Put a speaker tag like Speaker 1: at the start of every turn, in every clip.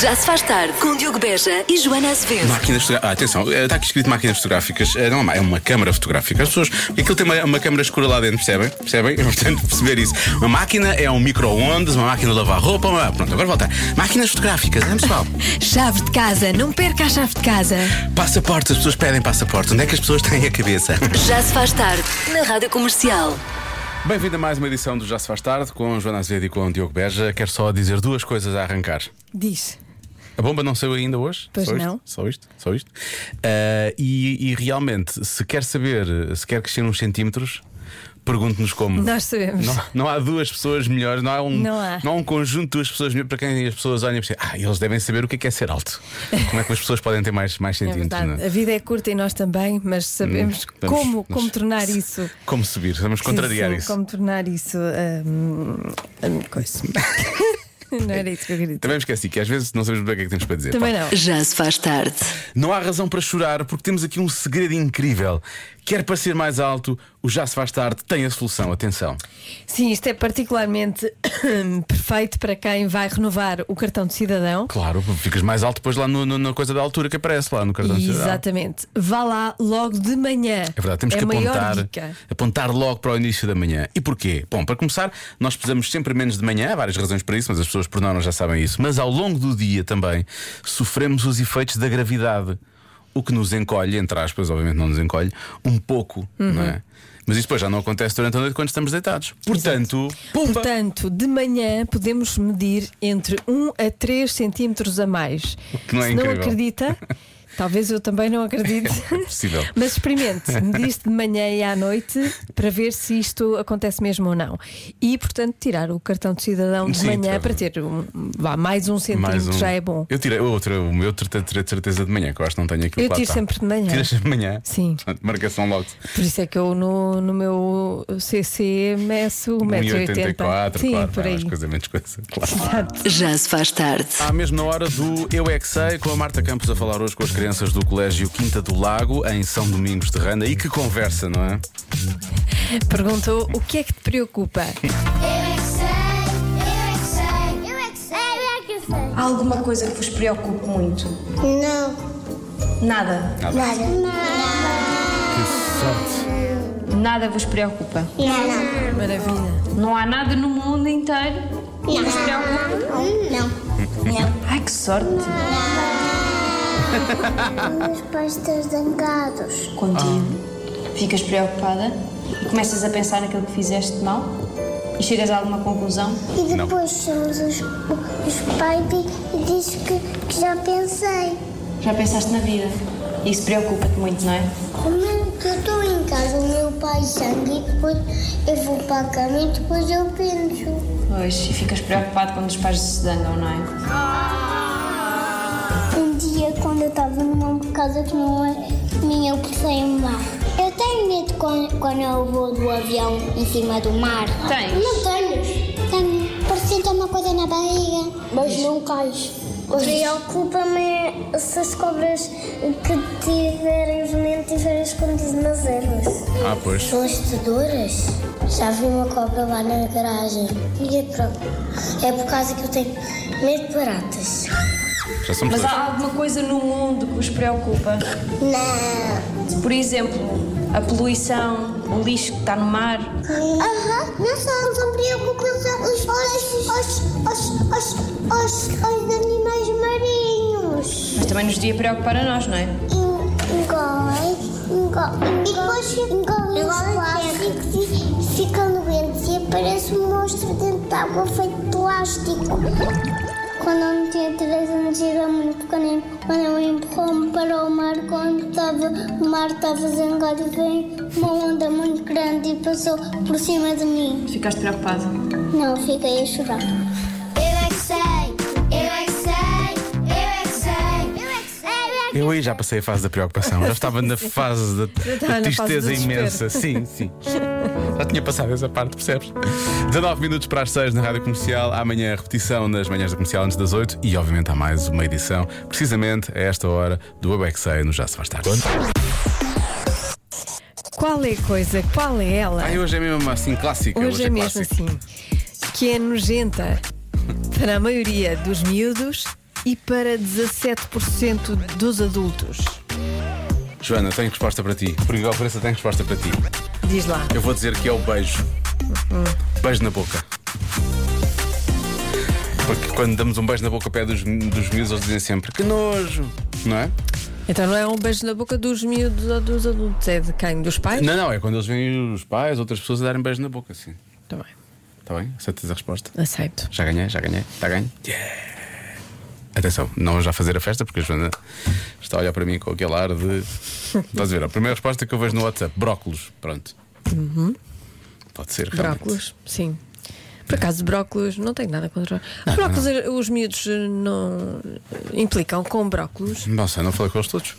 Speaker 1: Já se faz tarde com Diogo Beja e Joana Azevedo.
Speaker 2: Máquinas fotográficas. Ah, atenção, eh, está aqui escrito máquinas fotográficas. Eh, Não é uma- é uma câmara fotográfica. As pessoas. porque Aquilo tem uma, uma câmara escura lá dentro, percebem? Percebem? É importante perceber isso. Uma máquina é um micro-ondas, uma máquina de lavar roupa. Uma... Pronto, agora voltar. Máquinas fotográficas, é pessoal?
Speaker 1: Chave de casa, não perca a chave de casa.
Speaker 2: Passaportes, as pessoas pedem passaportes. Onde é que as pessoas têm a cabeça?
Speaker 1: Já se faz tarde na Rádio Comercial.
Speaker 2: Bem-vindo a mais uma edição do Já Se Faz Tarde com Joana Azevedo e com Diogo Beja. Quero só dizer duas coisas a arrancar.
Speaker 3: Diz.
Speaker 2: A bomba não saiu ainda hoje?
Speaker 3: Pois
Speaker 2: só
Speaker 3: não.
Speaker 2: Isto? Só isto? Só isto? Ah, e, e realmente, se quer saber, se quer crescer uns centímetros, pergunte-nos como.
Speaker 3: Nós sabemos.
Speaker 2: Não, não há duas pessoas melhores, não há, um,
Speaker 3: Não há.
Speaker 2: um conjunto de duas pessoas melhores para quem as pessoas olham e pensam, ah, eles devem saber o que é, que é ser alto. Como é que as pessoas podem ter mais, mais
Speaker 3: É
Speaker 2: centímetros? não é? Hum,
Speaker 3: verdade. A vida é curta e nós também, mas sabemos
Speaker 2: Vamos-
Speaker 3: como,
Speaker 2: vamos-
Speaker 3: como tornar isso.
Speaker 2: é? Como subir? Vamos contrariar
Speaker 3: Sim, sim,
Speaker 2: isso.
Speaker 3: Como tornar isso. hum, hum, coisa. Não era isso que eu queria dizer.
Speaker 2: Também me esqueci que às vezes não sabemos bem o que é que temos para dizer.
Speaker 3: Também
Speaker 2: Pá.
Speaker 3: não.
Speaker 1: Já se faz tarde.
Speaker 2: Não há razão para chorar porque temos aqui um segredo incrível. Quer para ser mais alto, o Já Se Faz Tarde tem a solução. Atenção.
Speaker 3: Sim, isto é particularmente perfeito para quem vai renovar o cartão de cidadão.
Speaker 2: Claro, ficas mais alto depois lá no- no- na coisa da altura que aparece lá no cartão de cidadão.
Speaker 3: Exatamente. Vá lá logo de manhã.
Speaker 2: É verdade, temos
Speaker 3: é
Speaker 2: que
Speaker 3: a maior
Speaker 2: apontar,
Speaker 3: dica.
Speaker 2: apontar logo para o início da manhã. E porquê? Bom, para começar, nós pesamos sempre menos de manhã, há várias razões para isso, mas as pessoas por norma já sabem isso. Mas ao longo do dia também sofremos os efeitos da gravidade, o que nos encolhe, entre aspas, obviamente não nos encolhe, um pouco,
Speaker 3: Uhum.
Speaker 2: não é? Mas isso depois já não acontece durante a noite quando estamos deitados. Portanto, pumba!
Speaker 3: Portanto, de manhã podemos medir entre 1 a 3 centímetros a mais.
Speaker 2: que não é
Speaker 3: Se não
Speaker 2: incrível.
Speaker 3: acredita, talvez eu também não acredite.
Speaker 2: É possível.
Speaker 3: Mas experimente, mediste de manhã e à noite para ver se isto acontece mesmo ou não. E, portanto, tirar o cartão de cidadão de
Speaker 2: Sim,
Speaker 3: manhã
Speaker 2: claro.
Speaker 3: para ter um- vá, mais um centímetro
Speaker 2: Mais um.
Speaker 3: já é bom.
Speaker 2: Eu tirei outro, o meu tirei tirei de certeza de manhã, que eu acho que não tenho aqui
Speaker 3: Eu tiro sempre de manhã.
Speaker 2: Tiras sempre de manhã?
Speaker 3: Sim.
Speaker 2: Portanto, Marcação logo.
Speaker 3: Por isso é que eu no, no meu CC meço 1,80m.
Speaker 2: 1,84,
Speaker 3: Sim,
Speaker 2: claro,
Speaker 3: por
Speaker 2: não é
Speaker 3: aí.
Speaker 2: mais coisa, menos coisa. Claro.
Speaker 3: Exato.
Speaker 1: Já se faz tarde.
Speaker 2: À mesma hora do Eu é que Sei, com a Marta Campos a falar hoje com as crianças do Colégio Quinta do Lago, em São Domingos de Randa. E que conversa, não é? assim.
Speaker 3: Perguntou o que é que te preocupa?
Speaker 4: Eu é que sei, eu é que sei, eu é que sei, eu é que sei.
Speaker 5: Há alguma coisa que vos preocupe muito?
Speaker 4: Não,
Speaker 5: Nada.
Speaker 4: nada.
Speaker 5: Nada vos preocupa.
Speaker 4: Não,
Speaker 3: Maravilha.
Speaker 5: Não há nada no mundo inteiro que vos preocupe.
Speaker 4: não. Não.
Speaker 5: Ai, que sorte.
Speaker 4: Os pais estão zangados.
Speaker 5: Contigo. Ficas preocupada e começas a pensar naquilo que fizeste de mal e chegas a alguma conclusão.
Speaker 4: E depois somos os, os pais e- e diz que, que já pensei.
Speaker 5: Já pensaste na vida. Isso preocupa-te muito, não é?
Speaker 4: Como é que eu estou em casa, o meu pai sangue, e depois eu vou para a cama e depois eu penso.
Speaker 5: Pois, e ficas preocupado quando os pais se dangam, não é?
Speaker 4: Um dia, quando eu estava numa casa que não é minha, eu pensei em mar. Eu tenho medo quando, quando eu vou do avião em cima do mar.
Speaker 5: Tens?
Speaker 4: Não tenho. Tenho. Parece que tem uma coisa na barriga. Mas não cais. Preocupa-me se as cobras que tiverem veneno tiverem escondidas nas ervas.
Speaker 2: Ah, pois.
Speaker 4: São estudoras? Já vi uma cobra lá na garagem. E é, pro... é por causa que eu tenho medo de baratas.
Speaker 2: Já somos
Speaker 5: Mas
Speaker 2: dois.
Speaker 5: há alguma coisa no mundo que vos preocupa?
Speaker 4: Não.
Speaker 5: Por exemplo, a poluição, o lixo que está no mar.
Speaker 4: Aham, não só são preocupados os, os, os, os, os, os, os animais marinhos.
Speaker 5: Mas também nos devia preocupar a nós, não é?
Speaker 4: Engolem, engolem. E depois engolem os plásticos e ficam doentes e aparece um monstro dentro de água feito de plástico. Quando eu tinha 3 anos, era muito pequenino. Quando eu empurrou-me para o mar, quando estava, o mar estava zangado, veio uma onda muito grande e passou por cima de mim.
Speaker 5: Ficaste preocupado.
Speaker 4: Não, fiquei a chorar. Eu é que sei, eu é que sei, eu é que sei, eu é que sei.
Speaker 2: Eu aí já passei a fase da preocupação, já estava na fase da,
Speaker 3: Já
Speaker 2: da
Speaker 3: estava na fase do
Speaker 2: tristeza
Speaker 3: desespero.
Speaker 2: imensa. Sim, sim. Já tinha passado essa parte, percebes? 19 minutos para as 6 na Rádio Comercial, amanhã a repetição nas manhãs da comercial antes das 8 e obviamente há mais uma edição, precisamente a esta hora do Abexei no Já Se Faz Tarde.
Speaker 3: Qual é a coisa? Qual é ela?
Speaker 2: Ai, hoje é mesmo assim clássica,
Speaker 3: Hoje,
Speaker 2: hoje,
Speaker 3: é mesmo
Speaker 2: clássica.
Speaker 3: assim. Que é nojenta para a maioria dos miúdos e para 17% dos adultos. assim.
Speaker 2: Joana, tenho resposta para ti. Por igual preço, tenho resposta para ti.
Speaker 3: Diz lá.
Speaker 2: Eu vou dizer que é o beijo. Beijo na boca. Porque quando damos um beijo na boca ao pé dos, dos miúdos, eles dizem sempre que nojo, não é?
Speaker 3: Então não é um beijo na boca dos miúdos ou dos adultos, é de quem? Dos pais?
Speaker 2: Não, não, é quando eles veem os pais, outras pessoas a darem beijo na boca, sim.
Speaker 3: Tá bem.
Speaker 2: Está bem? Aceitas a resposta?
Speaker 3: Aceito.
Speaker 2: Já ganhei, já ganhei. Está ganho? Atenção, não já fazer a festa, porque a Joana está a olhar para mim com aquele ar de. Estás a ver? A primeira resposta que eu vejo no WhatsApp: brócolos. Pronto. Pode ser, realmente.
Speaker 3: Brócolos, sim. Por acaso, brócolos, não tenho nada contra. brócolos, os miúdos eh, não implicam com brócolos.
Speaker 2: Nossa, não falei com eles todos.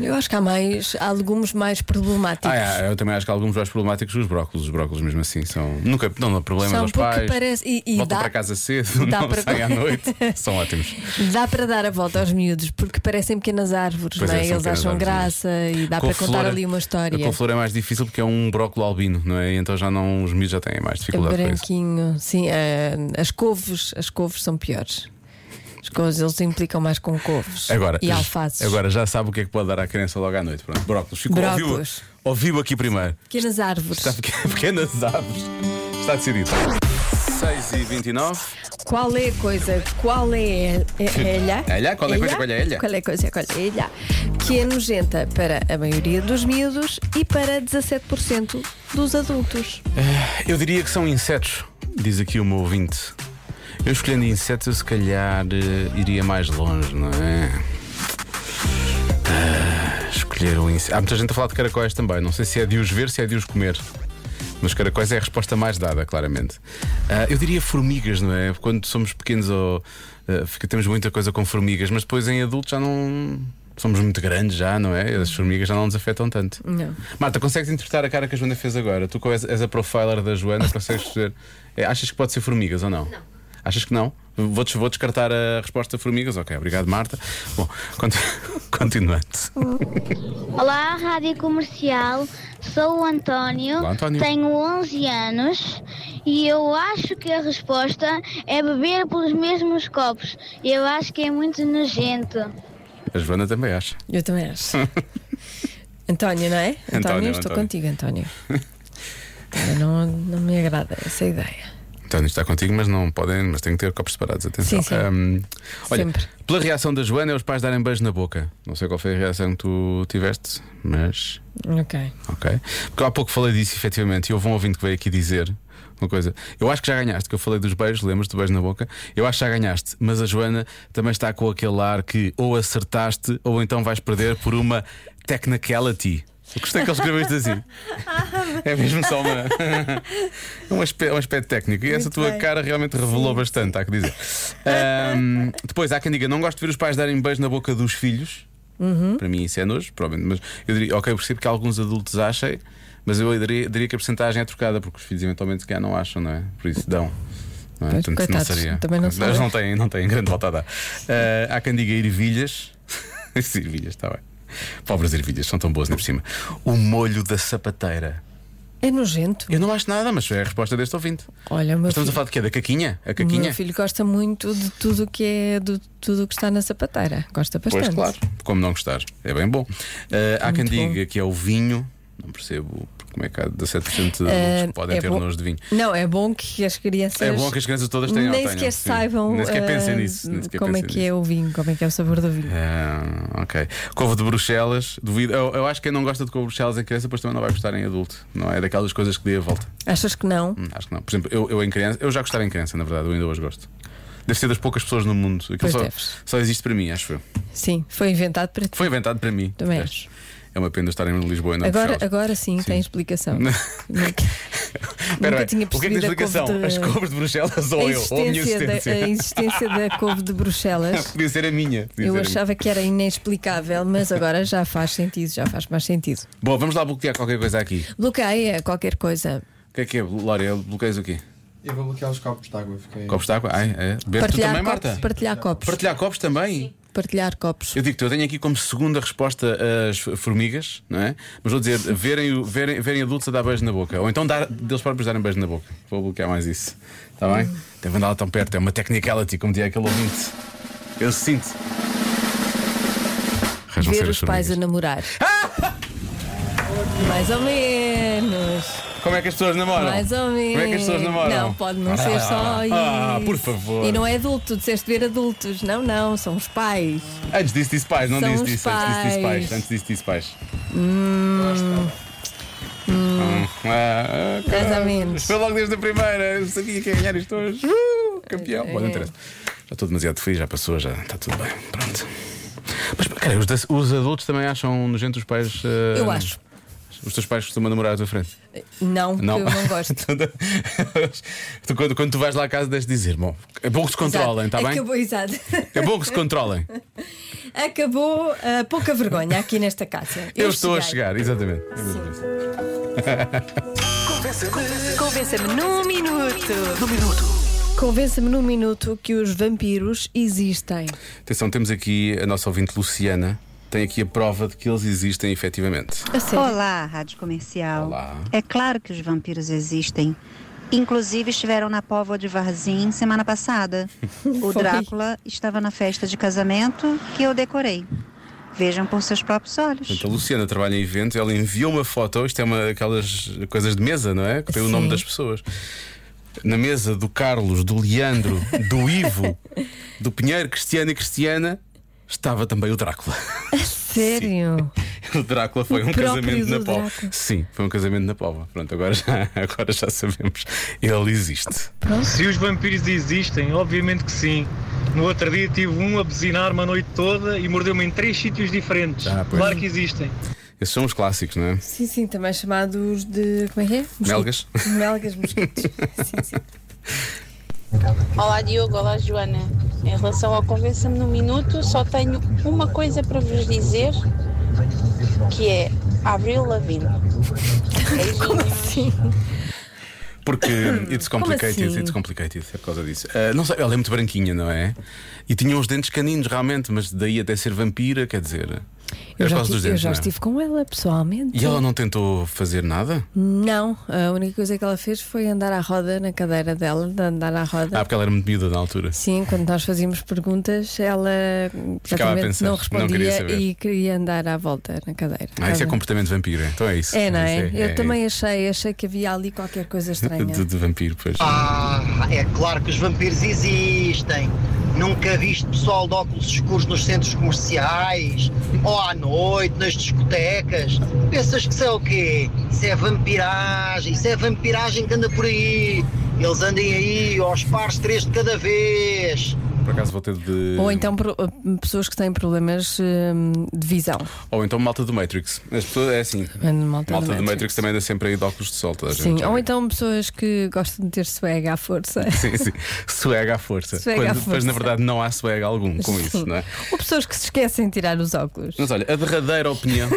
Speaker 3: Eu acho que há mais, há legumes mais problemáticos.
Speaker 2: Ah, é, eu também acho que há alguns mais problemáticos os brócolos. Os brócolos, mesmo assim, são. Nunca não dão problemas
Speaker 3: São
Speaker 2: aos
Speaker 3: porque
Speaker 2: pais.
Speaker 3: um parece- e- e
Speaker 2: voltam
Speaker 3: dá-
Speaker 2: para casa cedo,
Speaker 3: dá
Speaker 2: não
Speaker 3: para-
Speaker 2: saem à noite. São ótimos.
Speaker 3: Dá para dar a volta aos miúdos, porque parecem pequenas árvores,
Speaker 2: Pois
Speaker 3: não
Speaker 2: é,
Speaker 3: é?
Speaker 2: são
Speaker 3: Eles
Speaker 2: pequenas
Speaker 3: acham
Speaker 2: árvores,
Speaker 3: graça e dá para
Speaker 2: Couve-flor
Speaker 3: contar
Speaker 2: é-
Speaker 3: ali uma
Speaker 2: A
Speaker 3: história.
Speaker 2: couve-flor é mais difícil porque é um brócolo albino, não é? E Então já não. Os miúdos já têm mais
Speaker 3: É
Speaker 2: dificuldade com isso.
Speaker 3: branquinho, sim. eh, as couves, as couves são piores. As couves, eles implicam mais com couves
Speaker 2: Agora, eh,
Speaker 3: e alfaces.
Speaker 2: Agora já sabe o que é que pode dar à criança logo à noite. Pronto, brócolos. Ficou ouviu,
Speaker 3: Brócolos.
Speaker 2: ouviu aqui primeiro.
Speaker 3: Pequenas árvores.
Speaker 2: Está pequena- pequenas aves. Está decidido. 6h29.
Speaker 3: Qual é a coisa? Qual é a- a- ela?
Speaker 2: Ela? Qual é a coisa? Qual é ela?
Speaker 3: Qual é a coisa? Qual é ela? Que é nojenta para a maioria dos miúdos e para 17% dos adultos.
Speaker 2: Eu diria que são insetos, diz aqui o meu ouvinte. Eu escolhendo insetos, eu se calhar eh, iria mais longe, não é? Ah, escolher um inseto. Há muita gente a falar de caracóis também. Não sei se é de os ver, se é de os comer. Mas caracóis é a resposta mais dada, claramente. Ah, eu diria formigas, não é? Quando somos pequenos ou, ah, fica- temos muita coisa com formigas, mas depois em adulto já não. Somos muito grandes já, não é? As formigas já não nos afetam tanto.
Speaker 3: Não.
Speaker 2: Marta, consegues interpretar a cara que a Joana fez agora? Tu que és, és a profiler da Joana, consegues perceber. É, achas que pode ser formigas ou não? Não. Achas que não? Vou, des- vou descartar a resposta formigas? Ok, obrigado, Marta. Bom, conti- continuando.
Speaker 6: Olá, Rádio Comercial. Sou o António,
Speaker 2: Olá, António.
Speaker 6: tenho 11 anos e eu acho que a resposta é beber pelos mesmos copos. Eu acho que é muito nojento.
Speaker 2: A Joana também acha.
Speaker 3: Eu também acho. António, não é? António,
Speaker 2: António,
Speaker 3: estou
Speaker 2: António.
Speaker 3: contigo, António. Eu Não, não me agrada essa ideia.
Speaker 2: Então isto está contigo, mas não podem, mas tem que ter copos separados, atenção.
Speaker 3: Sim, sim.
Speaker 2: Ahm, olha,
Speaker 3: Sempre.
Speaker 2: pela reação da Joana, é os pais darem beijo na boca. Não sei qual foi a reação que tu tiveste, mas
Speaker 3: Ok.
Speaker 2: Ok. Porque há pouco falei disso, efetivamente, e houve um ouvinte que veio aqui dizer uma coisa. Eu acho que já ganhaste, que eu falei dos beijos, lembras-te do beijo na boca? Eu acho que já ganhaste, mas a Joana também está com aquele ar que ou acertaste ou então vais perder por uma technicality. Eu Gostei que ele escreveu isto assim. É mesmo só uma. É um aspecto, um aspecto técnico. E essa
Speaker 3: Muito
Speaker 2: tua
Speaker 3: bem.
Speaker 2: cara realmente revelou bastante, há que dizer. Ahm, depois, há quem diga: não gosto de ver os pais darem beijo na boca dos filhos.
Speaker 3: Uhum.
Speaker 2: Para mim isso é nojo, provavelmente. Mas eu diria, ok, eu percebo que alguns adultos achem, mas eu diria, diria que a porcentagem é trocada, porque os filhos eventualmente se calhar não acham, não é? Por isso dão. Não é?
Speaker 3: Pois,
Speaker 2: Portanto,
Speaker 3: coitados,
Speaker 2: não seria.
Speaker 3: também não
Speaker 2: Mas
Speaker 3: sabem.
Speaker 2: não têm, não têm grande volta a dar. Ah, há quem diga ervilhas. Essas ervilhas, está bem. Pobres ervilhas, são tão boas nem por cima. O molho da sapateira.
Speaker 3: É nojento.
Speaker 2: Eu não acho nada, mas é a resposta deste ouvinte.
Speaker 3: Olha, o meu
Speaker 2: Mas estamos a
Speaker 3: filho,
Speaker 2: falar de quê? Da caquinha? A
Speaker 3: o meu
Speaker 2: caquinha?
Speaker 3: filho gosta muito de tudo o que é de tudo o que está na sapateira. Gosta é bastante.
Speaker 2: Pois claro, como não gostar, é bem bom. Ah, há quem
Speaker 3: Muito bom.
Speaker 2: diga que é o vinho, não percebo como é que há 17% de
Speaker 3: Ah,
Speaker 2: adultos que podem
Speaker 3: é
Speaker 2: ter
Speaker 3: bom-
Speaker 2: nojo de vinho.
Speaker 3: Não, é bom que as crianças.
Speaker 2: É bom que as crianças todas tenham
Speaker 3: nem
Speaker 2: tenham,
Speaker 3: sequer
Speaker 2: sim.
Speaker 3: saibam
Speaker 2: Nem sequer
Speaker 3: ah,
Speaker 2: pensem nisso. nem sequer
Speaker 3: como é
Speaker 2: pensem
Speaker 3: que
Speaker 2: nisso.
Speaker 3: é o vinho, como é que é o sabor do vinho.
Speaker 2: Ah, ok. Couve de Bruxelas, duvido. Eu, eu acho que quem não gosta de couve de Bruxelas em criança, depois também não vai gostar em adulto. Não é daquelas coisas que dê a volta.
Speaker 3: Achas que não?
Speaker 2: Hum, Acho que não. Por exemplo, eu, eu em criança, eu já gostava em criança, na verdade, eu ainda hoje gosto. Deve ser das poucas pessoas no mundo. Aquilo
Speaker 3: Pois
Speaker 2: só,
Speaker 3: deves.
Speaker 2: só existe para mim, acho eu.
Speaker 3: Sim, foi inventado para ti.
Speaker 2: Foi inventado para mim.
Speaker 3: Também
Speaker 2: É.
Speaker 3: acho.
Speaker 2: É uma pena estarem em Lisboa e não em
Speaker 3: Agora,
Speaker 2: Bruxelas.
Speaker 3: agora sim, tem explicação. Nunca-
Speaker 2: Espera
Speaker 3: Nunca
Speaker 2: aí,
Speaker 3: tinha
Speaker 2: o que é que tem
Speaker 3: percebido a couve
Speaker 2: explicação?
Speaker 3: de...
Speaker 2: As couves de Bruxelas
Speaker 3: a
Speaker 2: ou eu? Ou a minha
Speaker 3: existência, da, a
Speaker 2: existência?
Speaker 3: existência da couve de Bruxelas.
Speaker 2: Podia ser a minha. podia
Speaker 3: Eu
Speaker 2: ser a minha.
Speaker 3: achava que era inexplicável, mas agora já faz sentido, já faz mais sentido.
Speaker 2: Bom, vamos lá bloquear qualquer coisa aqui.
Speaker 3: Bloqueia qualquer coisa.
Speaker 2: O que é que é, Lória? Bloqueias o quê?
Speaker 7: Eu vou bloquear os copos de água, fiquei.
Speaker 2: Copos de água? Ai, é. Bebes tu
Speaker 3: Partilhar
Speaker 2: também,
Speaker 3: copos,
Speaker 2: Marta?
Speaker 3: partilhar copos.
Speaker 2: Partilhar copos também?
Speaker 7: partilhar copos.
Speaker 2: Eu digo-te, eu tenho aqui como segunda resposta as formigas, não é? Mas vou dizer, verem, o- verem, verem adultos a dar beijo na boca. Ou então dar, deles próprios darem beijo na boca. Vou bloquear mais isso. Está bem? Tem andar tão perto, é uma technicality, como dizia aquele ouvinte. Eu sinto. Arranjam
Speaker 3: Ver
Speaker 2: ser as
Speaker 3: os pais
Speaker 2: formigas.
Speaker 3: a namorar. Mais ou menos.
Speaker 2: Como é que as pessoas namoram?
Speaker 3: Mais ou menos.
Speaker 2: Como é que as pessoas namoram?
Speaker 3: Não, pode não ser só isso.
Speaker 2: Ah, por favor.
Speaker 3: E não é adulto, tu disseste ver adultos. Não, não, são os pais.
Speaker 2: Antes disso disse pais, não
Speaker 3: São
Speaker 2: disse
Speaker 3: os
Speaker 2: disso. Antes disso disse pais.
Speaker 3: pais.
Speaker 2: Antes disso disse pais. Hum. Ah, ah,
Speaker 3: Mais ou
Speaker 2: Mas
Speaker 3: menos.
Speaker 2: Foi logo desde a primeira, eu sabia que ia ganhar isto hoje. Uh, campeão.
Speaker 3: é,
Speaker 2: Bom, não interessa. Já estou demasiado feliz, já passou, já está tudo bem. Pronto. Mas, cara, os, da- os adultos também acham nojento os pais. eh,
Speaker 3: Eu acho.
Speaker 2: Os teus pais costumam namorar à tua frente?
Speaker 3: Não, que eu não gosto.
Speaker 2: Tu, quando, quando tu vais lá à casa, deixes de dizer: bom, é bom que se controlem, está
Speaker 3: Exato.
Speaker 2: bem?
Speaker 3: Acabou, exato.
Speaker 2: É bom que se controlem.
Speaker 3: Acabou a pouca vergonha aqui nesta casa.
Speaker 2: Eu, estou
Speaker 3: cheguei.
Speaker 2: a chegar, exatamente. É mesmo isso.
Speaker 7: Convença-me num minuto.
Speaker 3: Convença-me num minuto que os vampiros existem.
Speaker 2: Atenção, temos aqui a nossa ouvinte Luciana. Tem aqui a prova de que eles existem efetivamente.
Speaker 3: A sério.
Speaker 8: Olá, Rádio Comercial.
Speaker 2: Olá.
Speaker 8: É claro que os vampiros existem. Inclusive estiveram na Póvoa de Varzim semana passada. O Drácula estava na festa de casamento que eu decorei. Vejam por seus próprios olhos.
Speaker 2: Portanto, a Luciana trabalha em eventos, ela enviou uma foto, isto é uma daquelas coisas de mesa, não é? Que tem o nome
Speaker 3: Sim.
Speaker 2: das pessoas. Na mesa do Carlos, do Leandro, do Ivo, do Pinheiro, Cristiano e Cristiana, estava também o Drácula.
Speaker 3: Sério?
Speaker 2: O Drácula foi
Speaker 3: O
Speaker 2: um
Speaker 3: próprio
Speaker 2: casamento na
Speaker 3: do
Speaker 2: pova.
Speaker 3: Drácula.
Speaker 2: Sim, foi um casamento na pova. Pronto, agora já, agora já sabemos. Ele existe.
Speaker 9: Se os vampiros existem, obviamente que sim. No outro dia tive um a buzinar-me a noite toda e mordeu-me em três sítios diferentes.
Speaker 2: Ah, pois.
Speaker 9: claro que existem.
Speaker 2: Esses são os clássicos, não é?
Speaker 3: Sim, sim, também chamados de. Como é que é? Mosquitos.
Speaker 2: Melgas.
Speaker 3: Melgas, mosquitos. sim, sim.
Speaker 10: Olá Diogo, olá Joana. Em relação ao Convença-me num Minuto, só tenho uma coisa para vos dizer, que é Avril Lavigne.
Speaker 2: Porque it's complicated,
Speaker 3: assim?
Speaker 2: it's complicated, é por causa disso. Ah, não sei, ela é muito branquinha, não é? E tinha uns dentes caninos, realmente, mas daí até ser vampira, quer dizer. é
Speaker 3: Eu
Speaker 2: por
Speaker 3: já,
Speaker 2: causa dos
Speaker 3: tive- eu
Speaker 2: dentes,
Speaker 3: já
Speaker 2: não é?
Speaker 3: estive com ela pessoalmente.
Speaker 2: E ela não tentou fazer nada?
Speaker 3: Não, a única coisa que ela fez foi andar à roda na cadeira dela, de andar à roda.
Speaker 2: Ah, porque ela era muito miúda na altura. Ah,
Speaker 3: Sim, quando nós fazíamos perguntas, ela
Speaker 2: Ficava a
Speaker 3: praticamente
Speaker 2: pensar,
Speaker 3: não
Speaker 2: não queria
Speaker 3: respondia
Speaker 2: saber.
Speaker 3: e queria andar à volta na cadeira.
Speaker 2: Ah, isso é
Speaker 3: Ela-
Speaker 2: comportamento vampiro, então é isso.
Speaker 3: É, não é?
Speaker 2: Isso
Speaker 3: Eu também achei, achei que havia ali qualquer coisa estranha.
Speaker 2: De, de vampiro, pois.
Speaker 11: Ah, é claro que os vampiros existem. Nunca viste pessoal de óculos escuros nos centros comerciais ou à noite nas discotecas. Pensas que isso é o quê? Isso é vampiragem, isso é vampiragem que anda por aí. Eles andem aí aos pares três de cada vez.
Speaker 2: Por acaso vou ter de.
Speaker 3: Ou então pro- pessoas que têm problemas hum, de visão.
Speaker 2: Ou então malta do Matrix. As pessoas é assim.
Speaker 3: Malta, do
Speaker 2: Malta do
Speaker 3: Matrix.
Speaker 2: Matrix também anda sempre aí de óculos de sol, toda a gente.
Speaker 3: Sim, ou então pessoas que gostam de ter swag à força.
Speaker 2: Sim, sim. Swag à força.
Speaker 3: Swag à
Speaker 2: Quando
Speaker 3: força.
Speaker 2: depois, na verdade, não há swag algum com isso,
Speaker 3: Sim.
Speaker 2: não é?
Speaker 3: Ou pessoas que se esquecem de tirar os óculos.
Speaker 2: Mas olha, a derradeira opinião.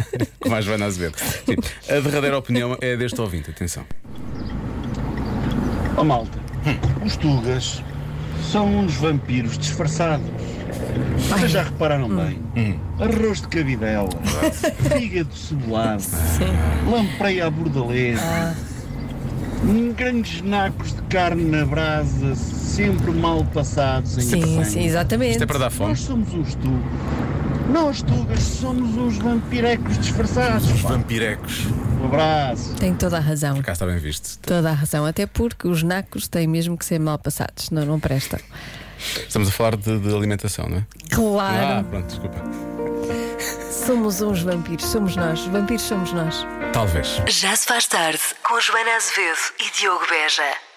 Speaker 2: Como a Joana Azevedo. Sim, a derradeira opinião é deste ouvinte, atenção.
Speaker 9: Ó malta, os tugas são uns vampiros disfarçados. Vocês já repararam
Speaker 3: Hum.
Speaker 9: bem? Arroz de cabidela, fígado cebolado, lampreia à bordaleza,
Speaker 3: Ah.
Speaker 9: grandes nacos de carne na brasa, sempre mal passados em
Speaker 3: Sim,
Speaker 9: castanho.
Speaker 3: sim, exatamente.
Speaker 2: Isto é para dar fome.
Speaker 9: Nós somos uns tugas. Nós tugas somos uns vampirecos disfarçados. pá.
Speaker 2: Vampirecos.
Speaker 9: Um abraço.
Speaker 3: Tem toda a razão.
Speaker 2: Cá está bem visto.
Speaker 3: Toda a razão, até porque os nacos têm mesmo que ser mal passados, senão não prestam.
Speaker 2: Estamos a falar de, de alimentação, não é? Ah,
Speaker 3: Claro,
Speaker 2: pronto, desculpa.
Speaker 3: somos uns vampiros, somos nós, vampiros somos nós.
Speaker 2: Talvez.
Speaker 1: Já se faz tarde com Joana Azevedo e Diogo Beja.